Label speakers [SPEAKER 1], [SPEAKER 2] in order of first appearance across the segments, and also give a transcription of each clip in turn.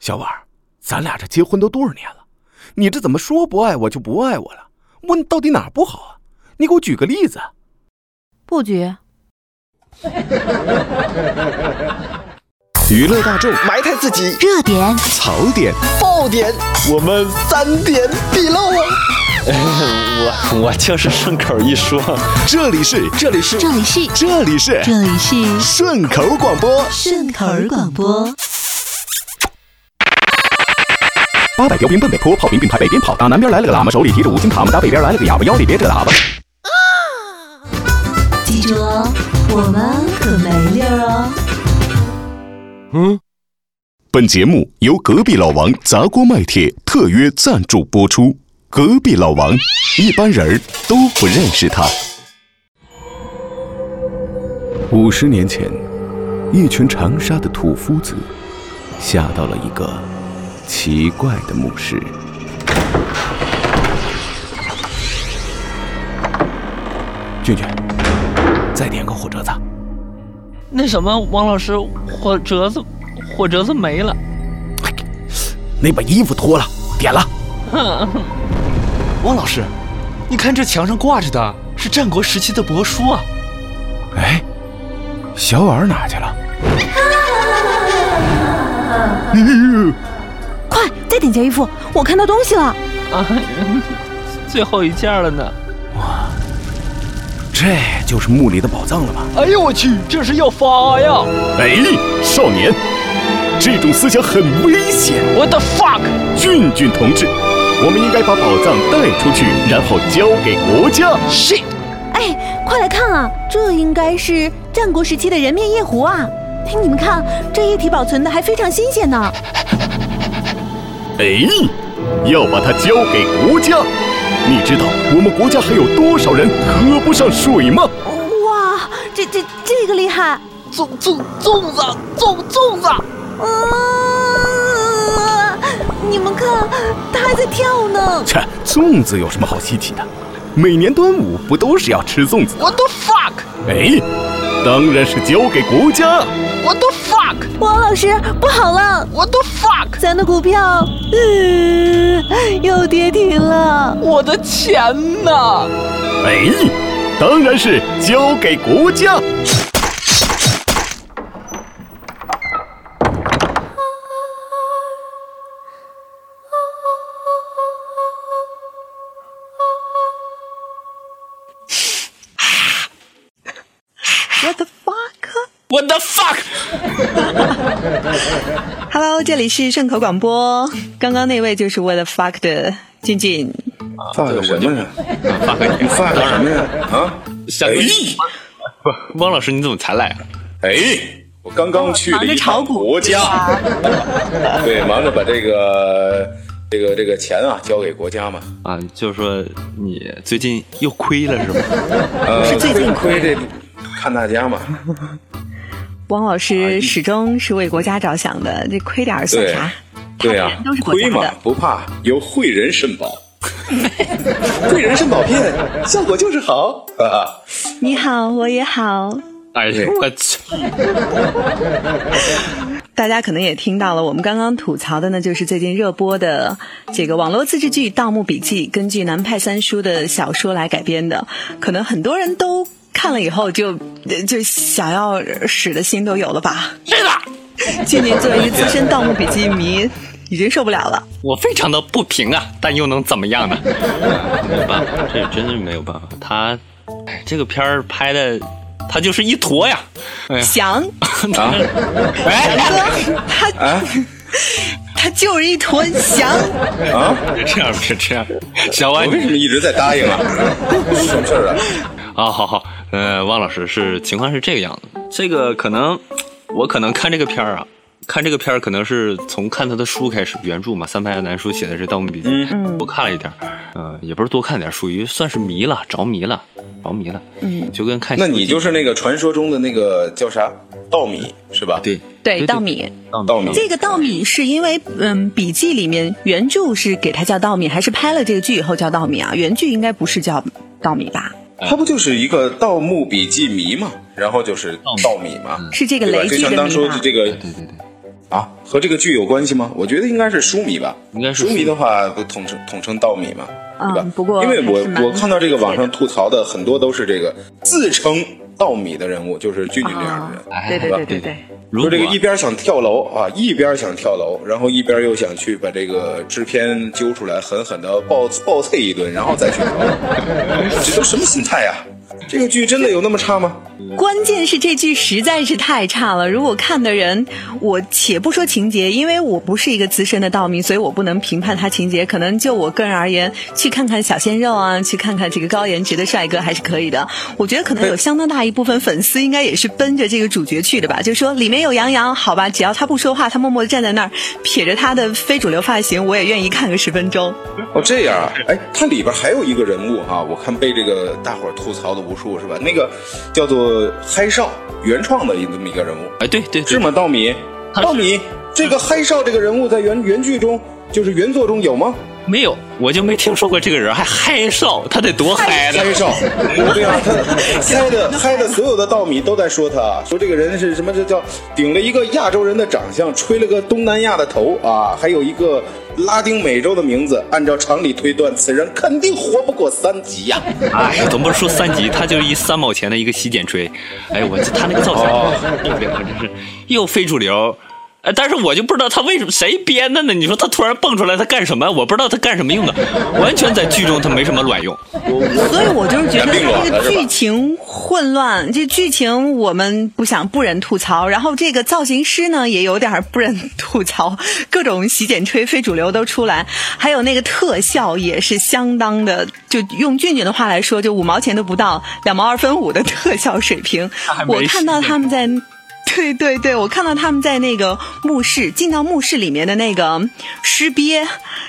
[SPEAKER 1] 小婉儿，咱俩这结婚都多少年了，你这怎么说不爱我就不爱我了？我到底哪儿不好啊？你给我举个例子。
[SPEAKER 2] 不举。
[SPEAKER 3] 娱乐大众，
[SPEAKER 4] 埋汰自己，
[SPEAKER 2] 热点
[SPEAKER 3] 槽点，
[SPEAKER 4] 爆点，
[SPEAKER 3] 我们
[SPEAKER 4] 三点必露啊！
[SPEAKER 5] 我我就是顺口一说，
[SPEAKER 3] 这里是
[SPEAKER 4] 这里是
[SPEAKER 2] 这里是
[SPEAKER 3] 这里是
[SPEAKER 2] 这里是
[SPEAKER 3] 顺口广播
[SPEAKER 2] 顺口儿广播，
[SPEAKER 1] 八百标兵奔北坡，炮兵并排北边跑。打南边来了个喇嘛，手里提着五星塔嘛，打北边来了个哑巴，腰里别着喇叭。
[SPEAKER 2] 记住哦，我们可没溜儿哦。
[SPEAKER 4] 嗯
[SPEAKER 1] 本节目由隔壁老王砸锅卖铁特约赞助播出。隔壁老王，一般人儿都不认识他。五十年前，一群长沙的土夫子下到了一个奇怪的墓室。俊俊，再点个火折子。
[SPEAKER 6] 那什么，王老师，火折子，火折子没了。
[SPEAKER 1] 你把衣服脱了，点了。
[SPEAKER 4] 王老师，你看这墙上挂着的是战国时期的帛书啊！
[SPEAKER 1] 哎，小婉儿哪去了？
[SPEAKER 2] 快，再点件衣服，我看到东西了。
[SPEAKER 6] 啊， 最后一件了呢。
[SPEAKER 1] 这就是墓里的宝藏了吧？
[SPEAKER 6] 哎呦我去，这是要发呀！
[SPEAKER 1] 哎，少年，这种思想很危险。
[SPEAKER 6] 我的 fuck！
[SPEAKER 1] 俊俊同志，我们应该把宝藏带出去，然后交给国家。
[SPEAKER 2] 哎，快来看啊，这应该是战国时期的人面夜壶啊！哎，你们看，这液体保存的还非常新鲜呢。
[SPEAKER 1] 哎，要把它交给国家。你知道我们国家还有多少人喝不上水吗？
[SPEAKER 2] 哇，这这这个厉害！
[SPEAKER 6] 粽粽粽子，粽粽子，
[SPEAKER 2] 啊！你们看，它还在跳呢。
[SPEAKER 1] 切，粽子有什么好稀奇的？每年端午不都是要吃粽子？
[SPEAKER 6] 我的 fuck！
[SPEAKER 1] 哎，当然是交给国家。
[SPEAKER 6] 我的 fuck！
[SPEAKER 2] 王老师，不好了，
[SPEAKER 6] 我的 fuck！
[SPEAKER 2] 咱的股票，嗯，又跌停了。
[SPEAKER 6] 我的钱呢？
[SPEAKER 1] 哎，当然是交给国家。
[SPEAKER 7] What the fuck？Hello，
[SPEAKER 6] 我的 fuck！
[SPEAKER 7] 这里是顺口广播。刚刚那位就是 What the fuck 的静静。
[SPEAKER 8] 发个什么呀？啊 你发个什么呀？啊？
[SPEAKER 5] 想
[SPEAKER 8] 哎
[SPEAKER 5] 不，汪老师你怎么才来啊？
[SPEAKER 8] 哎，我刚刚去了一趟国家， 对，忙着把这个这个这个钱啊交给国家嘛。
[SPEAKER 5] 啊，就是说你最近又亏了是吗？
[SPEAKER 8] 呃，
[SPEAKER 7] 是最近
[SPEAKER 8] 亏这看大家嘛，
[SPEAKER 7] 汪老师始终是为国家着想的，这亏点儿算
[SPEAKER 8] 对
[SPEAKER 7] 啥？
[SPEAKER 8] 对呀、
[SPEAKER 7] 都是国家
[SPEAKER 8] 亏
[SPEAKER 7] 的
[SPEAKER 8] 嘛不怕，有汇仁肾 宝，汇仁肾宝片效果就是好，哈哈。
[SPEAKER 7] 你好，我也好。
[SPEAKER 5] 哎呀，我去！
[SPEAKER 7] 大家可能也听到了，我们刚刚吐槽的呢，就是最近热播的这个网络自制剧《盗墓笔记》，根据南派三叔的小说来改编的，可能很多人都看了以后就呃就想要使的心都有了吧。
[SPEAKER 6] 是的，
[SPEAKER 7] 静静作为一个资深《盗墓笔记》迷，已经受不了了。
[SPEAKER 5] 我非常的不平啊，但又能怎么 样呢？没有办法，啊这真是没有办法。他，哎，这个片儿拍的，他就是一坨呀。哎呀，
[SPEAKER 7] 翔
[SPEAKER 5] 哎，
[SPEAKER 7] 哥，他、他就是一坨翔。
[SPEAKER 5] 别 这样，别这样，小
[SPEAKER 8] 我
[SPEAKER 5] 婉
[SPEAKER 8] 为什么一直在答应啊？什么事儿啊？
[SPEAKER 5] 啊，好好，呃，汪老师是情况是这个样子，这个可能我可能看这个片儿啊，看这个片儿可能是从看他的书开始，原著嘛，三派南书写的是《盗墓笔记》，多看了一点儿，呃，也不是多看点儿，属于算是迷了，着迷了，着迷了，嗯，就跟看《
[SPEAKER 8] 那
[SPEAKER 5] 西游
[SPEAKER 8] 你
[SPEAKER 5] 记
[SPEAKER 8] 就是那个传说中的那个叫啥稻米是吧？
[SPEAKER 5] 对
[SPEAKER 7] 对，稻米，
[SPEAKER 8] 稻米
[SPEAKER 7] 这个稻米是因为，嗯，笔记里面原著是给他叫稻米，还是拍了这个剧以后叫稻米啊？原剧应该不是叫稻米吧？
[SPEAKER 8] 他不就是一个《盗墓笔记》迷嘛，然后就是稻米嘛，
[SPEAKER 7] 是这个
[SPEAKER 8] 对吧？
[SPEAKER 7] 雷
[SPEAKER 8] 就
[SPEAKER 7] 剧
[SPEAKER 8] 像
[SPEAKER 7] 的
[SPEAKER 8] 当
[SPEAKER 7] 迷
[SPEAKER 8] 初
[SPEAKER 7] 嗯吧？
[SPEAKER 8] 这个
[SPEAKER 5] 对对对，
[SPEAKER 8] 啊，和这个剧有关系吗？我觉得应该是书迷吧，
[SPEAKER 5] 应该是
[SPEAKER 8] 书迷的话，不统称统称稻米嘛，对吧？
[SPEAKER 7] 嗯不过
[SPEAKER 8] 因为
[SPEAKER 7] 还是蛮
[SPEAKER 8] 我我看到这个网上吐槽的很多都是这个自称稻米的人物，就是俊俊这样的人。
[SPEAKER 5] 哎
[SPEAKER 7] 对对对对对，
[SPEAKER 5] 如
[SPEAKER 8] 说
[SPEAKER 5] 果
[SPEAKER 8] 这个一边想跳楼啊，一边想跳楼，然后一边又想去把这个制片揪出来，狠狠的暴暴揍一顿，然后再去跳楼，这都什么心态呀、这个剧真的有那么差吗？
[SPEAKER 7] 关键是这剧实在是太差了。如果看的人，我且不说情节，因为我不是一个资深的道迷，所以我不能评判它情节。可能就我个人而言，去看看小鲜肉啊，去看看这个高颜值的帅哥还是可以的。我觉得可能有相当大一部分粉丝应该也是奔着这个主角去的吧，就说里面有杨洋，好吧，只要他不说话，他默默地站在那儿，撇着他的非主流发型，我也愿意看个十分钟。
[SPEAKER 8] 哦，这样啊，哎，它里边还有一个人物哈、我看被这个大伙儿吐槽的无数是吧？那个叫做嗨少，原创的这么一个人物，
[SPEAKER 5] 哎，对对
[SPEAKER 8] 是
[SPEAKER 5] 对，
[SPEAKER 8] 吗？稻米，
[SPEAKER 5] 他是
[SPEAKER 8] 稻米，这个嗨少这个人物在原原剧中，就是原作中有吗？
[SPEAKER 5] 没有，我就没听说过这个人还嗨少，他得多嗨呢？
[SPEAKER 8] 嗨少，对 啊，他嗨的嗨的所有的稻米都在说他，啊说这个人是什么？这叫顶了一个亚洲人的长相，吹了个东南亚的头啊，还有一个拉丁美洲的名字。按照常理推断，此人肯定活不过三级 呀、
[SPEAKER 5] 哎呀，总不是说三级，他就是一三毛钱的一个洗剪吹。哎，我他那个造型，我真是又非主流。哎，但是我就不知道他为什么谁编的呢？你说他突然蹦出来，他干什么？我不知道他干什么用的，完全在剧中他没什么卵用。
[SPEAKER 7] 所以我就是觉得
[SPEAKER 8] 眼病了
[SPEAKER 7] 这
[SPEAKER 8] 是
[SPEAKER 7] 个
[SPEAKER 8] 吧
[SPEAKER 7] 剧情混乱，这剧情我们不想不忍吐槽，然后这个造型师呢也有点儿不忍吐槽，各种洗剪吹、非主流都出来，还有那个特效也是相当的，就用俊俊的话来说，就五毛钱都不到，两毛二分五的特效水平
[SPEAKER 5] 还。没
[SPEAKER 7] 我看到
[SPEAKER 5] 洗
[SPEAKER 7] 他们在。 对对对，我看到他们在那个墓室，进到墓室里面的那个尸鳖，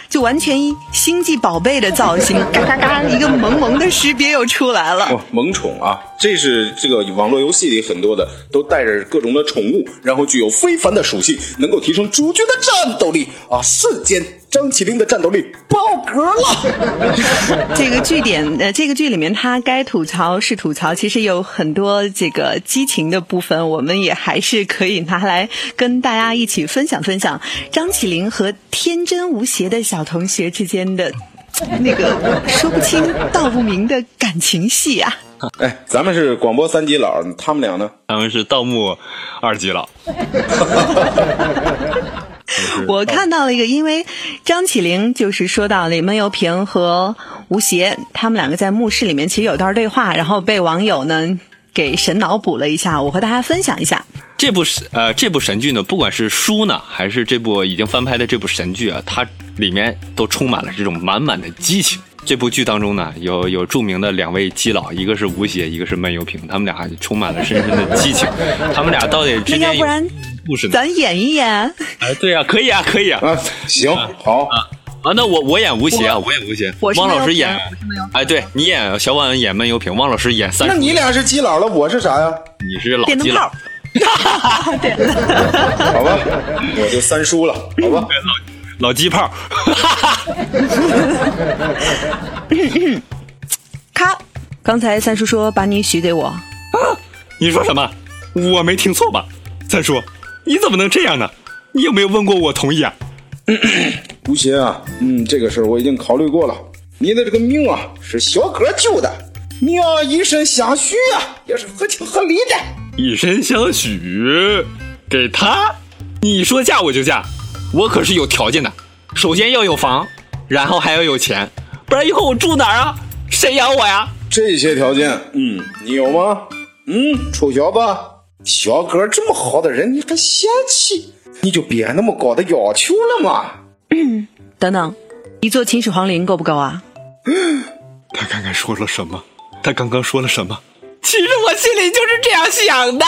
[SPEAKER 7] 就完全一星际宝贝的造型，嘎嘎嘎，一个萌萌的尸鳖又出来了。
[SPEAKER 8] 哇，萌宠啊！这是这个网络游戏里很多的，都带着各种的宠物，然后具有非凡的属性，能够提升主角的战斗力啊！瞬间，张起灵的战斗力爆格了。
[SPEAKER 7] 这个剧点，呃，这个剧里面他该吐槽是吐槽，其实有很多这个激情的部分，我们也还是可以拿来跟大家一起分享分享张起灵和天真无邪的小同学之间的那个说不清道不明的感情戏啊。
[SPEAKER 8] 哎，咱们是广播三级佬，他们俩呢？
[SPEAKER 5] 他们是盗墓二级了，
[SPEAKER 7] 我看到了一个，因为张起灵就是说到李梦游平和吴邪他们两个在墓室里面其实有段对话，然后被网友呢给神脑补了一下，我和大家分享一下。
[SPEAKER 5] 这部神呃这部神剧呢，不管是书呢，还是这部已经翻拍的这部神剧啊，它里面都充满了这种满满的激情。这部剧当中呢，有有著名的两位基佬，一个是吴邪，一个是闷油瓶，他们俩充满了深深的激情。他们俩到底之间
[SPEAKER 7] 那要不
[SPEAKER 5] 有
[SPEAKER 7] 然
[SPEAKER 5] 故事呢？
[SPEAKER 7] 咱演一演，
[SPEAKER 5] 哎，对啊，可以啊，可以啊。
[SPEAKER 8] 啊，行，好，
[SPEAKER 5] 啊，那我我演吴邪啊，我演吴邪，
[SPEAKER 7] 我是
[SPEAKER 5] 汪老师
[SPEAKER 7] 闷油瓶
[SPEAKER 5] 演，哎，对你演小婉演闷油瓶，汪老师演三
[SPEAKER 8] 那
[SPEAKER 5] 叔，
[SPEAKER 8] 你俩是基佬了，我是啥呀？
[SPEAKER 5] 你是老
[SPEAKER 7] 电灯
[SPEAKER 5] 基佬
[SPEAKER 7] 泡。。对，
[SPEAKER 8] 好 吧，我就三叔了，好吧？
[SPEAKER 5] 老鸡炮，
[SPEAKER 7] 咔！刚才三叔说把你许给我，
[SPEAKER 5] 你说什么？我没听错吧？再说，你怎么能这样呢？你有没有问过我同意啊？
[SPEAKER 8] 吴邪啊，嗯，这个事儿我已经考虑过了。你的这个命啊，是小哥救的，你要以身相许啊，也是合情合理的。
[SPEAKER 5] 以身相许，给他，你说嫁我就嫁，我可是有条件的。首先要有房，然后还要有钱，不然以后我住哪儿啊？谁养我呀？
[SPEAKER 8] 这些条件，嗯，你有吗？嗯，臭小子，小哥这么好的人，你还嫌弃？你就别那么高的要求了嘛。
[SPEAKER 7] 等等，一座秦始皇陵够不够啊？
[SPEAKER 5] 他刚刚说了什么？他刚刚说了什么？其实我心里就是这样想的。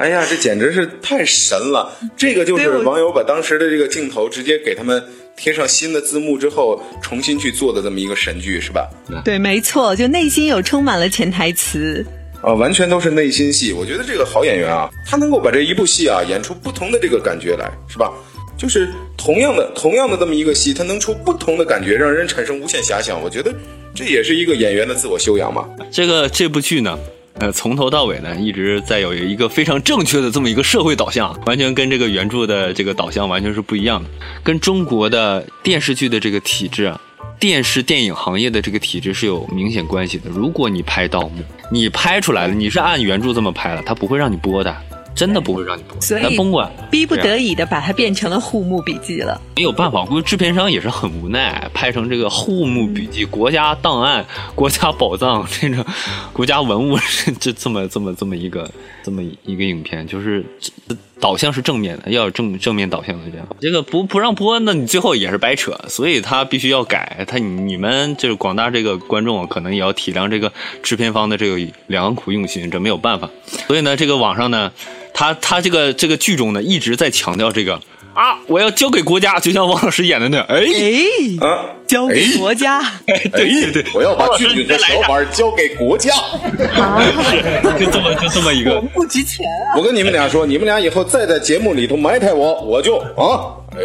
[SPEAKER 8] 哎呀，这简直是太神了！这个就是网友把当时的这个镜头直接给他们贴上新的字幕之后，重新去做的这么一个神剧，是吧？
[SPEAKER 7] 对，没错，就内心有充满了潜台词。
[SPEAKER 8] 啊，完全都是内心戏。我觉得这个好演员啊，他能够把这一部戏啊演出不同的这个感觉来，是吧？就是同样的同样的这么一个戏，他能出不同的感觉，让人产生无限遐想。我觉得这也是一个演员的自我修养嘛。
[SPEAKER 5] 这个这部剧呢，呃，从头到尾呢，一直在有一个非常正确的这么一个社会导向，完全跟这个原著的这个导向完全是不一样的，跟中国的电视剧的这个体制啊。电视电影行业的这个体制是有明显关系的。如果你拍盗墓，你拍出来了，你是按原著这么拍了，他不会让你播的，真的不会让你播。
[SPEAKER 7] 所以
[SPEAKER 5] 咱甭管，
[SPEAKER 7] 逼不得已的把它变成了护目笔记了。
[SPEAKER 5] 没有办法，估计制片商也是很无奈，拍成这个《护目笔记》《国家档案》《国家宝藏》这种国家文物，这这这么这么这么一个 这么一个影片，就是这这导向是正面的，要有正正面导向的这样。这个不不让播，那你最后也是白扯，所以他必须要改。他你你们就是广大这个观众啊，可能也要体谅这个制片方的这个良苦用心，这没有办法。所以呢，这个网上呢，他他这个这个剧中呢一直在强调这个。啊！我要交给国家，就像王老师演的那样。哎，
[SPEAKER 7] 哎，
[SPEAKER 8] 啊，
[SPEAKER 7] 交给国家，
[SPEAKER 5] 对对对，
[SPEAKER 3] 我要把
[SPEAKER 5] 王老
[SPEAKER 3] 剧
[SPEAKER 5] 师
[SPEAKER 3] 本
[SPEAKER 5] 你
[SPEAKER 3] 和
[SPEAKER 5] 再来
[SPEAKER 3] 小
[SPEAKER 5] 一下，
[SPEAKER 3] 板交给国家。
[SPEAKER 5] 就这么就这么一个。
[SPEAKER 7] 不值钱 啊！
[SPEAKER 8] 我跟你们俩说，你们俩以后再在节目里头埋汰我，我就啊，
[SPEAKER 3] 哎，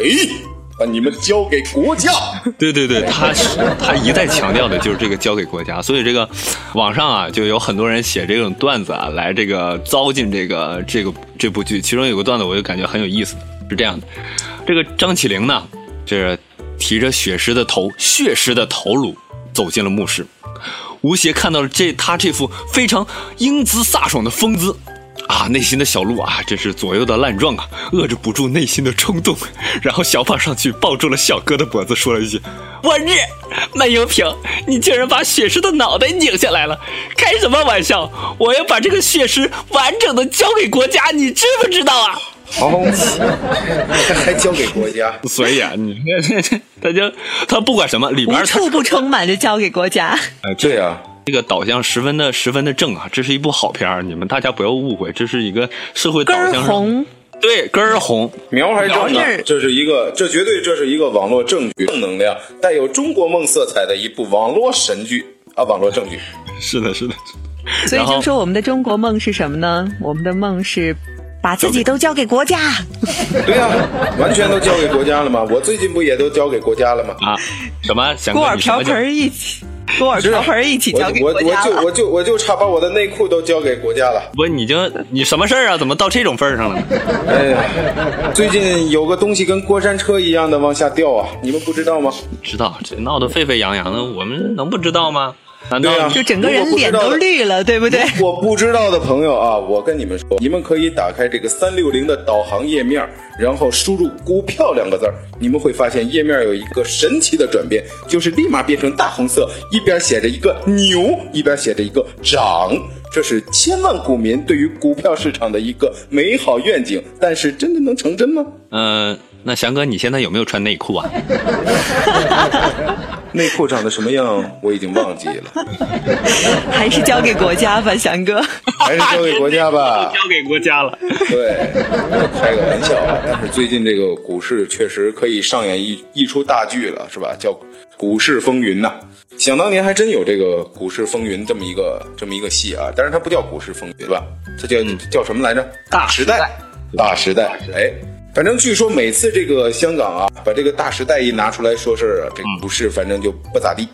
[SPEAKER 3] 把你们交给国家。
[SPEAKER 5] 对对对，他是他一再强调的就是这个交给国家，所以这个网上啊就有很多人写这种段子啊来这个糟践这个这个这部剧，其中有个段子我就感觉很有意思，是这样的，这个张起灵呢，这提着血尸的头血尸的头颅走进了墓室，吴邪看到了这他这副非常英姿飒爽的风姿。啊，内心的小鹿啊，真是左右的乱撞啊，遏制不住内心的冲动。然后小胖上去抱住了小哥的脖子，说了一句：“我日，漫游瓶，你竟然把血尸的脑袋拧下来了！开什么玩笑！我要把这个血尸完整的交给国家，你知不知道啊？”
[SPEAKER 8] 还交给国家，
[SPEAKER 5] 所以啊，你他就他不管什么里边
[SPEAKER 7] 无
[SPEAKER 5] 他
[SPEAKER 7] 处不充满着交给国家。
[SPEAKER 8] 对啊，
[SPEAKER 5] 这个导向十分的十分的正啊，这是一部好片儿，你们大家不要误会，这是一个社会导
[SPEAKER 7] 根儿
[SPEAKER 5] 向上
[SPEAKER 7] 红，
[SPEAKER 5] 对根儿红，
[SPEAKER 8] 苗还正
[SPEAKER 7] 苗
[SPEAKER 8] 呢
[SPEAKER 7] 儿，
[SPEAKER 8] 这是一个，这绝对这是一个网络正剧，正能量，带有中国梦色彩的一部网络神剧啊，网络正剧。
[SPEAKER 5] 是的，是的。
[SPEAKER 7] 所以
[SPEAKER 5] 然后
[SPEAKER 7] 就说我们的中国梦是什么呢？我们的梦是把自己都交给国家。
[SPEAKER 8] 哎对呀、完全都交给国家了吗？我最近不也都交给国家了吗？
[SPEAKER 5] 啊，什么？想
[SPEAKER 7] 锅
[SPEAKER 5] 跟
[SPEAKER 7] 碗
[SPEAKER 5] 你什
[SPEAKER 7] 瓢
[SPEAKER 5] 么
[SPEAKER 7] 盆
[SPEAKER 5] 讲？
[SPEAKER 7] 儿一起，锅碗瓢盆儿一起
[SPEAKER 8] 我
[SPEAKER 7] 交给
[SPEAKER 8] 我
[SPEAKER 7] 国
[SPEAKER 8] 我
[SPEAKER 7] 家
[SPEAKER 8] 就
[SPEAKER 7] 了。
[SPEAKER 8] 我就我就差把我的内裤都交给国家了。
[SPEAKER 5] 不，你就你什么事儿啊？怎么到这种份儿上了呢？
[SPEAKER 8] 哎呀，最近有个东西跟过山车一样的往下掉啊，你们不知道吗？
[SPEAKER 5] 知道，这闹得沸沸扬扬的，我们能不知道吗？难道
[SPEAKER 8] 对啊
[SPEAKER 5] 你
[SPEAKER 7] 就整个人脸都绿了，对不对？
[SPEAKER 8] 我不知道的朋友啊，我跟你们说，你们可以打开这个三六零的导航页面，然后输入“股票”两个字儿，你们会发现页面有一个神奇的转变，就是立马变成大红色，一边写着一个牛，一边写着一个涨。这是千万股民对于股票市场的一个美好愿景，但是真的能成真吗？
[SPEAKER 5] 呃，那翔哥，你现在有没有穿内裤啊？
[SPEAKER 8] 内裤长得什么样，我已经忘记了，
[SPEAKER 7] 还是交给国家吧，翔哥。
[SPEAKER 8] 还是交给国家吧。
[SPEAKER 5] 交给国家了。
[SPEAKER 8] 对，开个玩笑啊！但是最近这个股市确实可以上演一一出大剧了，是吧？叫《股市风云》呐、想当年还真有这个《股市风云》这么一个这么一个戏啊，但是它不叫《股市风云》吧？它叫、叫什么来着？大时代，大时代。哎，反正据说每次这个香港啊，把这个大时代一拿出来说事儿啊，这个股市反正就不咋地。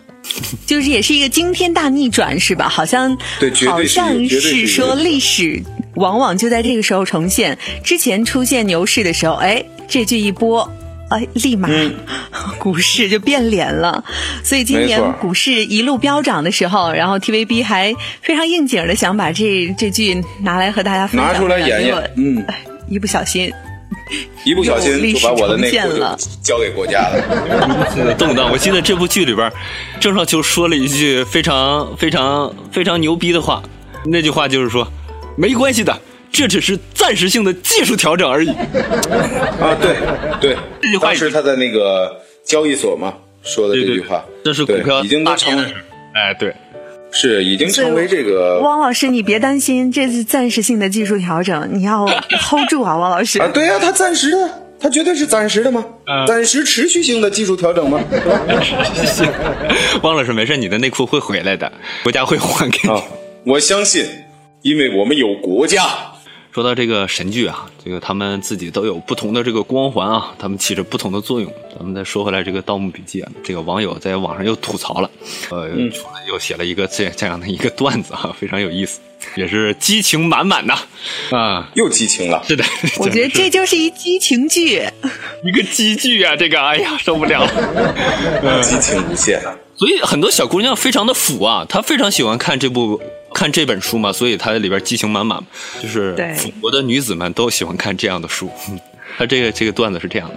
[SPEAKER 7] 就是也是一个惊天大逆转，是吧？好像
[SPEAKER 8] 对绝
[SPEAKER 7] 好
[SPEAKER 8] 对是
[SPEAKER 7] 像
[SPEAKER 8] 绝对是
[SPEAKER 7] 说历史往往就在这个时候重现。之前出现牛市的时候，哎，这句一播。哎，立马、
[SPEAKER 8] 嗯
[SPEAKER 7] 股市就变脸了，所以今年
[SPEAKER 8] 没错
[SPEAKER 7] 股市一路飙涨的时候，然后 TVB 还非常应景的想把这这句拿来和大
[SPEAKER 5] 嗯
[SPEAKER 7] 家分享
[SPEAKER 8] 拿出来
[SPEAKER 7] 一下
[SPEAKER 8] 演
[SPEAKER 7] 结
[SPEAKER 8] 演
[SPEAKER 7] 果
[SPEAKER 8] 嗯
[SPEAKER 7] 哎一不小心
[SPEAKER 8] 一不小
[SPEAKER 7] 又
[SPEAKER 8] 心
[SPEAKER 7] 历
[SPEAKER 8] 就
[SPEAKER 7] 史
[SPEAKER 8] 把我的内
[SPEAKER 7] 重
[SPEAKER 8] 裤
[SPEAKER 7] 现
[SPEAKER 8] 就
[SPEAKER 7] 了
[SPEAKER 8] 交给国家了。
[SPEAKER 5] 动荡。我记得这部剧里边，郑少秋说了一句非常非常非常牛逼的话，那句话就是说，没关系的，这只是暂时性的技术调整而已。
[SPEAKER 8] 啊，对对
[SPEAKER 5] 这句，话
[SPEAKER 8] 当
[SPEAKER 5] 已
[SPEAKER 8] 时
[SPEAKER 5] 经
[SPEAKER 8] 他在那个交易所嘛说的这句话，
[SPEAKER 5] 这是股
[SPEAKER 8] 对
[SPEAKER 5] 票
[SPEAKER 8] 已经都
[SPEAKER 5] 大
[SPEAKER 8] 成
[SPEAKER 5] 跌的事儿。哎，对，
[SPEAKER 8] 是已经成为这个
[SPEAKER 7] 汪老师，你别担心，这是暂时性的技术调整，你要 hold 住啊，汪老师。
[SPEAKER 8] 啊，对呀、他暂时的，他绝对是暂时的嘛，
[SPEAKER 5] 嗯
[SPEAKER 8] 暂时持续性的技术调整嘛，对吧？
[SPEAKER 5] 汪老师，没事，你的内裤会回来的，国家会还给你。
[SPEAKER 8] 啊，我相信，因为我们有国家。
[SPEAKER 5] 说到这个神剧啊，这个他们自己都有不同的这个光环啊，他们起着不同的作用。咱们再说回来，这个《盗墓笔记》啊，这个网友在网上又吐槽了，呃，出来又写了一个这这样的一个段子啊，非常有意思。也是激情满满的啊。
[SPEAKER 8] 又激情了。
[SPEAKER 5] 是的，
[SPEAKER 7] 我觉得这就是一激情剧，
[SPEAKER 5] 一个机剧啊，这个哎呀受不了了。嗯
[SPEAKER 8] 激情无限。
[SPEAKER 5] 所以很多小姑娘非常的腐啊，她非常喜欢看这部看这本书嘛，所以它里边激情满满，就是
[SPEAKER 7] 对
[SPEAKER 5] 腐国的女子们都喜欢看这样的书。 嗯它这个这个段子是这样的：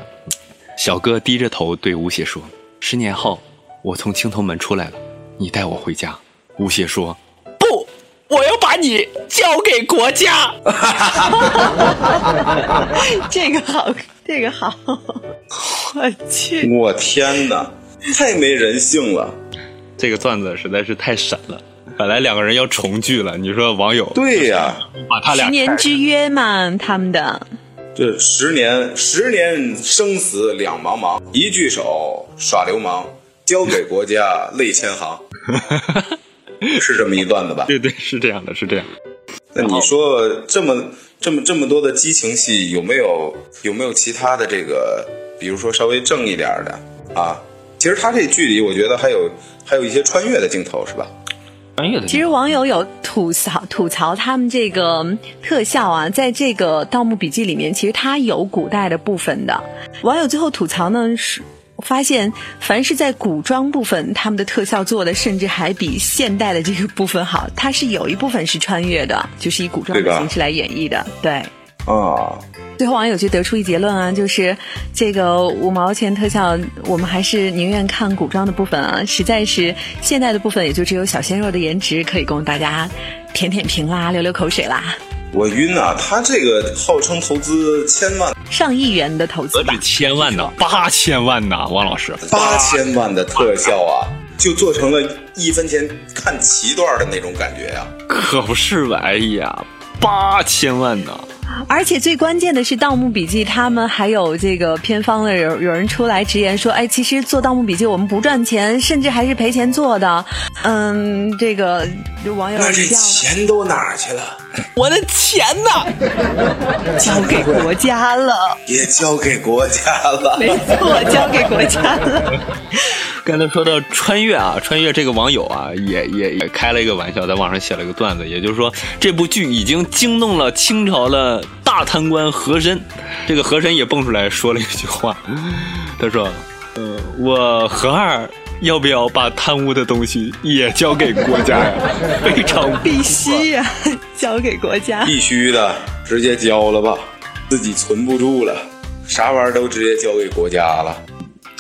[SPEAKER 5] 小哥低着头对吴邪说：“十年后，我从青铜门出来了，你带我回家。”吴邪说：“不，我要把你交给国家。
[SPEAKER 7] 这个好，这个好， 我去，
[SPEAKER 8] 我天哪，太没人性了。”
[SPEAKER 5] 这个段子实在是太闪了。本来两个人要重聚了，你说网友
[SPEAKER 8] 对呀、
[SPEAKER 5] 把他俩
[SPEAKER 7] 十年之约嘛，他们的
[SPEAKER 8] 这十年十年生死两茫茫，一句手耍流氓，交给国家泪千行，是这么一段子吧？
[SPEAKER 5] 对对是这样的，是这样的。
[SPEAKER 8] 那你说这么这么这么多的激情戏，有没有有没有其他的这个，比如说稍微正一点儿的啊？其实他这剧里，我觉得还有还有一些穿越的镜头，是吧？
[SPEAKER 5] 穿越的
[SPEAKER 7] 其实网友有吐槽吐槽他们这个特效啊，在这个《盗墓笔记》里面，其实它有古代的部分的。网友最后吐槽呢是。发现凡是在古装部分，他们的特效做的甚至还比现代的这个部分好。它是有一部分是穿越的，就是以古装
[SPEAKER 8] 对
[SPEAKER 7] 的
[SPEAKER 8] 吧
[SPEAKER 7] 形式来演绎的。对，
[SPEAKER 8] 啊，
[SPEAKER 7] 最后网友就得出一结论啊，就是这个五毛钱特效，我们还是宁愿看古装的部分啊，实在是现代的部分，也就只有小鲜肉的颜值可以供大家舔舔屏啦，流流口水啦，
[SPEAKER 8] 我晕啊！他这个号称投资千万、
[SPEAKER 7] 上亿元的投资
[SPEAKER 5] 何
[SPEAKER 7] 吧
[SPEAKER 5] 止。千万呢？八千万呢，王老师。
[SPEAKER 8] 八千万的特效啊，就做成了一分钱看齐段的那种感觉呀、
[SPEAKER 5] 可不是吧？哎呀，八千万呢！
[SPEAKER 7] 而且最关键的是，《盗墓笔记》他们还有这个片方的有有人出来直言说，哎，其实做《盗墓笔记》我们不赚钱，甚至还是赔钱做的。嗯，这个网友
[SPEAKER 8] 那这
[SPEAKER 7] 要
[SPEAKER 8] 钱都哪儿去了？
[SPEAKER 6] 我的钱呢？
[SPEAKER 7] 交给国家了，
[SPEAKER 8] 也交给国家了。
[SPEAKER 7] 没错，交给国家了。
[SPEAKER 5] 刚才说到穿越啊，穿越这个网友啊，也也也开了一个玩笑，在网上写了一个段子，也就是说这部剧已经惊动了清朝的大贪官和珅。这个和珅也蹦出来说了一句话，他说：“呃，我和二要不要把贪污的东西也交给国家呀？ 非常
[SPEAKER 7] 必须呀、交给国家。
[SPEAKER 8] 必须的，直接交了吧，自己存不住了，啥玩意儿都直接交给国家了。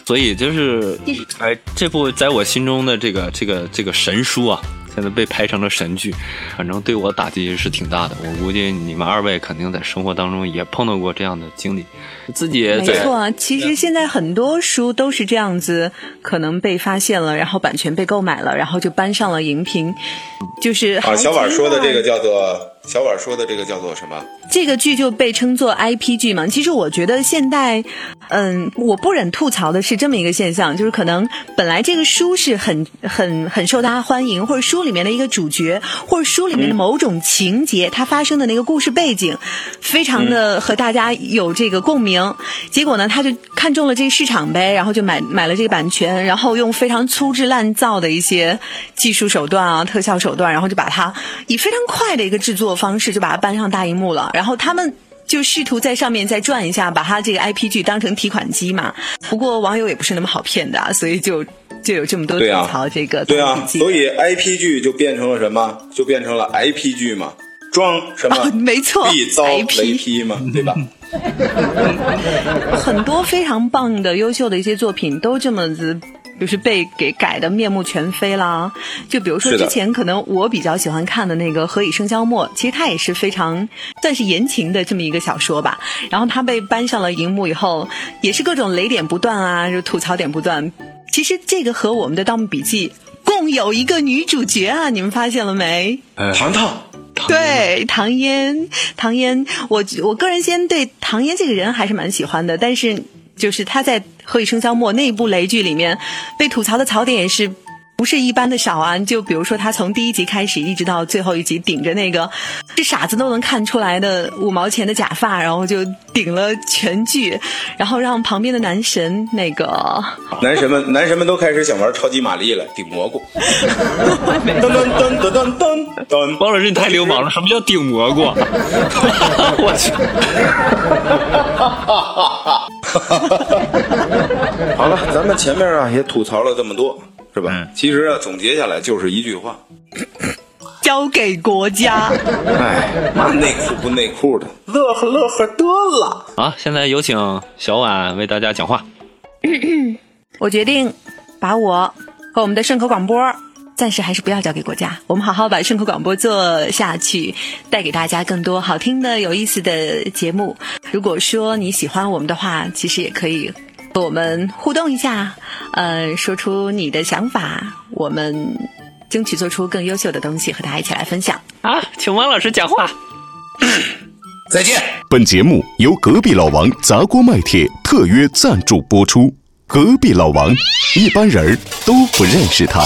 [SPEAKER 5] 所以就是，哎，这部在我心中的这个这个这个神书啊，现在被拍成了神剧，反正对我打击是挺大的。我估计你们二位肯定在生活当中也碰到过这样的经历，自己也
[SPEAKER 8] 呃
[SPEAKER 7] 没错，其实现在很多书都是这样子，可能被发现了，然后版权被购买了，然后就搬上了荧屏，就是
[SPEAKER 8] 啊，
[SPEAKER 7] 还
[SPEAKER 8] 小婉
[SPEAKER 7] 真
[SPEAKER 8] 说的这个叫做小婉说的这个叫做什么？
[SPEAKER 7] 这个剧就被称作 IP 剧嘛。其实我觉得现代，嗯，我不忍吐槽的是这么一个现象，就是可能本来这个书是很很很受大家欢迎，或者书里面的一个主角，或者书里面的某种情节，它发生的那个故事背景，非常的和大家有这个共鸣。结果呢，他就看中了这个市场呗，然后就买买了这个版权，然后用非常粗制滥造的一些技术手段啊、特效手段，然后就把它以非常快的一个制作方式就把它搬上大荧幕了。然后他们就试图在上面再赚一下，把它这个 IP 剧当成提款机嘛。不过网友也不是那么好骗的啊，所以就就有这么多吐
[SPEAKER 8] 对啊
[SPEAKER 7] 槽这个
[SPEAKER 8] 对
[SPEAKER 7] 盗墓
[SPEAKER 8] 啊，
[SPEAKER 7] 笔记
[SPEAKER 8] 所以 IP 剧就变成了什么？就变成了 IP 剧嘛，装什么？
[SPEAKER 7] 啊没错
[SPEAKER 8] 必遭
[SPEAKER 7] IP
[SPEAKER 8] 雷劈嘛，对吧？
[SPEAKER 7] 很多非常棒的、优秀的一些作品都这么子。就是被给改的面目全非啦，就比如说
[SPEAKER 8] 是的
[SPEAKER 7] 之前可能我比较喜欢看的那个《何以笙箫默》，其实它也是非常算是言情的这么一个小说吧。然后它被搬上了荧幕以后，也是各种雷点不断啊，就吐槽点不断。其实这个和我们的《盗墓笔记》共有一个女主角啊，你们发现了没？
[SPEAKER 3] 嗯
[SPEAKER 8] 糖糖，
[SPEAKER 7] 对，唐嫣，唐嫣，我我个人先对唐嫣这个人还是蛮喜欢的，但是就是她在《何以笙箫默》那一部雷剧里面被吐槽的槽点也是。不是一般的少啊！你就比如说他从第一集开始一直到最后一集，顶着那个这傻子都能看出来的五毛钱的假发，然后就顶了全剧，然后让旁边的男神那个
[SPEAKER 8] 男神们，男神们都开始想玩超级玛丽了，顶蘑菇。噔噔噔噔噔噔噔，
[SPEAKER 5] 王老师你太流氓了，什么叫顶蘑 菇？我去，
[SPEAKER 8] 好了，咱们前面啊也吐槽了这么多，是吧？
[SPEAKER 3] 嗯
[SPEAKER 8] 其实啊，总结下来就是一句话：
[SPEAKER 7] 交给国家，
[SPEAKER 8] 哎，骂内裤不内裤的，乐呵乐呵得了。
[SPEAKER 5] 好，现在有请小婉为大家讲话。
[SPEAKER 7] 我决定把我和我们的顺口广播。暂时还是不要交给国家，我们好好把顺口广播做下去，带给大家更多好听的、有意思的节目。如果说你喜欢我们的话，其实也可以和我们互动一下，呃，说出你的想法，我们争取做出更优秀的东西和大家一起来分享。
[SPEAKER 6] 啊，请王老师讲话。
[SPEAKER 3] 再见。
[SPEAKER 1] 本节目由隔壁老王砸锅卖铁特约赞助播出。隔壁老王，一般人儿都不认识他。